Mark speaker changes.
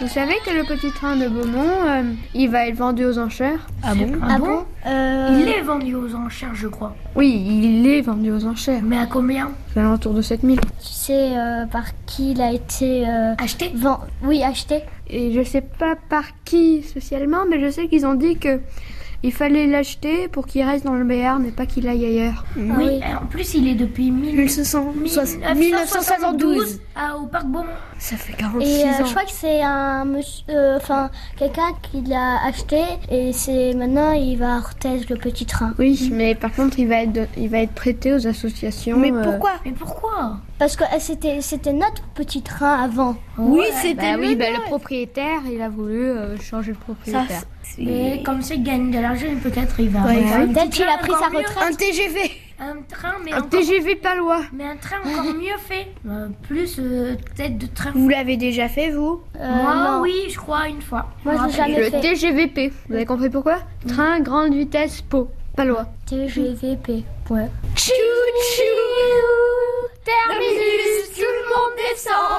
Speaker 1: Vous savez que le petit train de Beaumont, euh, il va être vendu aux enchères
Speaker 2: Ah bon
Speaker 3: Ah, bon, Euh,
Speaker 2: Il est vendu aux enchères, je crois.
Speaker 1: Oui, il est vendu aux enchères.
Speaker 2: Mais à combien
Speaker 1: C'est à l'entour de 7000.
Speaker 3: Tu sais euh, par qui il a été euh,
Speaker 2: Acheté
Speaker 3: vend- Oui, acheté.
Speaker 1: Et je sais pas par qui socialement, mais je sais qu'ils ont dit que il fallait l'acheter pour qu'il reste dans le Béarn et pas qu'il aille ailleurs.
Speaker 3: Ah oui.
Speaker 2: et en plus, il est depuis 1000
Speaker 1: 1972.
Speaker 2: 1972 à- au parc Beaumont.
Speaker 1: Ça fait
Speaker 3: Et
Speaker 1: 46
Speaker 3: euh,
Speaker 1: ans.
Speaker 3: je crois que c'est un monsieur, euh, enfin quelqu'un qui l'a acheté et c'est maintenant il va à Orthez le petit train.
Speaker 1: Oui, mais par contre, il va être, don- il va être prêté aux associations.
Speaker 4: Mhm. Mais
Speaker 1: euh,
Speaker 4: pourquoi
Speaker 2: Mais pourquoi
Speaker 3: Parce que euh, c'était c'était notre petit train avant.
Speaker 4: Oui,
Speaker 2: Ouais.
Speaker 4: c'était
Speaker 1: Bah oui,
Speaker 4: le
Speaker 1: bah,
Speaker 4: nôtre.
Speaker 1: le propriétaire, il a voulu euh, changer de
Speaker 4: Ça,
Speaker 1: propriétaire.
Speaker 4: c'est-
Speaker 2: Mais comme ça, il gagne de l'argent, peut-être il va.
Speaker 4: Ouais,
Speaker 2: avoir un
Speaker 3: Peut-être
Speaker 2: petit
Speaker 3: qu'il a
Speaker 2: train
Speaker 3: pris sa
Speaker 2: encore mieux.
Speaker 3: retraite.
Speaker 4: Un TGV
Speaker 2: Un train, mais
Speaker 3: Ah,
Speaker 1: Un
Speaker 2: encore-
Speaker 1: TGV palois.
Speaker 2: Mais un train encore mieux fait. Euh, plus euh, peut-être de train.
Speaker 4: Vous l'avez déjà fait, vous
Speaker 3: Euh,
Speaker 2: Moi,
Speaker 3: non.
Speaker 2: oui, je crois, une fois.
Speaker 3: Moi,
Speaker 2: Je me
Speaker 3: j'ai
Speaker 2: rappelle.
Speaker 3: jamais-
Speaker 1: Le
Speaker 3: effet.
Speaker 1: TGVP. Vous avez compris pourquoi Train grande vitesse Pau. Palois.
Speaker 3: TGVP. Ouais.
Speaker 4: Tchou tchou
Speaker 1: Terminus, tout le monde descend.